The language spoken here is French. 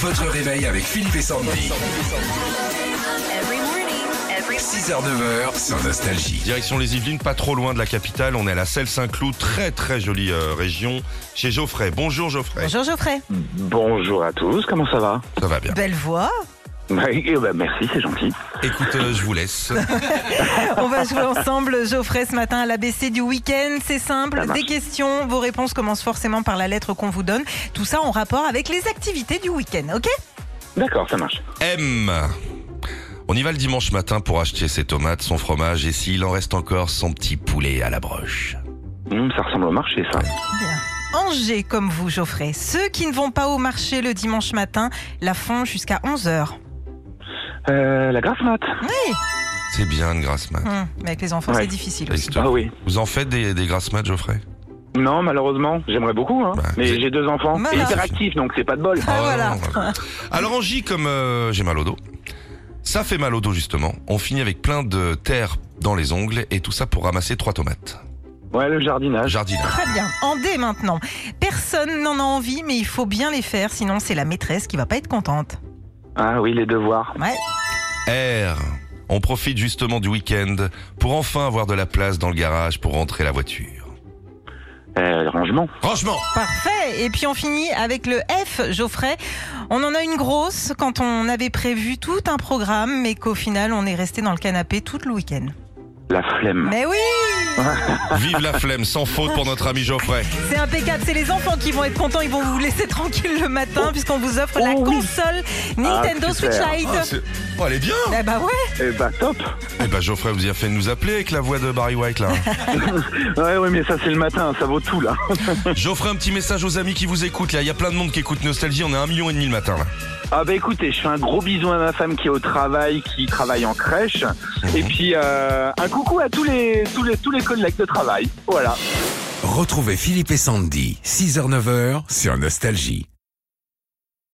Votre réveil avec Philippe et Sandy. Every morning, every 6h-9h sur Nostalgie. Direction les Yvelines, pas trop loin de la capitale. On est à la Selle-Saint-Cloud, très très jolie euh, région, chez Geoffrey. Bonjour Geoffrey. Bonjour Geoffrey. Bonjour à tous, comment ça va Ça va bien. Belle voix. Oui, eh ben, Merci, c'est gentil. Écoute, euh, je vous laisse. On va jouer ensemble, Geoffrey, ce matin à l'ABC du week-end. C'est simple, Ça marche. des questions. Vos réponses commencent forcément par la lettre qu'on vous donne. Tout ça en rapport avec les activités du week-end, ok D'accord, ça marche. M. On y va le dimanche matin pour acheter ses tomates, son fromage et s'il en reste encore, son petit poulet à la broche. Hum, ça ressemble au marché, ça. Angers comme vous, Geoffrey. Ceux qui ne vont pas au marché le dimanche matin la font jusqu'à 11h. Euh, la grasse mat. Ah, Oui, C'est bien une grasse mat. Hum, mais avec les enfants, Ouais. c'est difficile Ça aussi. existe. Ah oui. Vous en faites des, des grasses mat, Geoffrey Non, malheureusement, j'aimerais beaucoup, hein. Bah, mais c'est- j'ai deux enfants. Voilà. Et hyperactifs, donc c'est pas de bol. Ah, Oh, voilà. non, voilà. Alors en J comme euh, j'ai mal au dos. Ça fait mal au dos justement. On finit avec plein de terre dans les ongles et tout ça pour ramasser trois tomates. Ouais, le Ah. jardinage. Jardinage. Très bien. En D maintenant. Personne n'en a envie, mais il faut bien les faire, sinon c'est la maîtresse qui va pas être contente. Ah oui, les devoirs. Ouais. R. On profite justement du week-end pour enfin avoir de la place dans le garage pour rentrer la voiture. Euh, le rangement. Franchement Parfait. Et puis on finit avec le F, Geoffrey. On en a une grosse quand on avait prévu tout un programme, mais qu'au final on est resté dans le canapé tout le week-end. La flemme. Mais oui, Vive la flemme, sans faute pour notre ami Geoffrey. c'est impeccable. C'est les enfants qui vont être contents. Ils vont vous laisser tranquille le matin puisqu'on vous offre la Oh oui. console Nintendo Ah, Switch super. Lite. Oh, elle est bien Eh bah ouais. Eh bah, top. Eh ben Geoffrey, vous y a fait nous appeler avec la voix de Barry White là. Ouais, ouais, mais ça, c'est le matin, ça vaut tout, là. Geoffrey, un petit message aux amis qui vous écoutent là. Il y a plein de monde qui écoute Nostalgie, on est un million et demi le matin là. Ah bah écoutez, je fais un gros bisou à ma femme qui est au travail, qui travaille en crèche. Mhm. Et puis, euh, un coucou à tous les, tous les, tous les collègues de travail. Voilà. Retrouvez Philippe et Sandy, 6h-9h sur Nostalgie.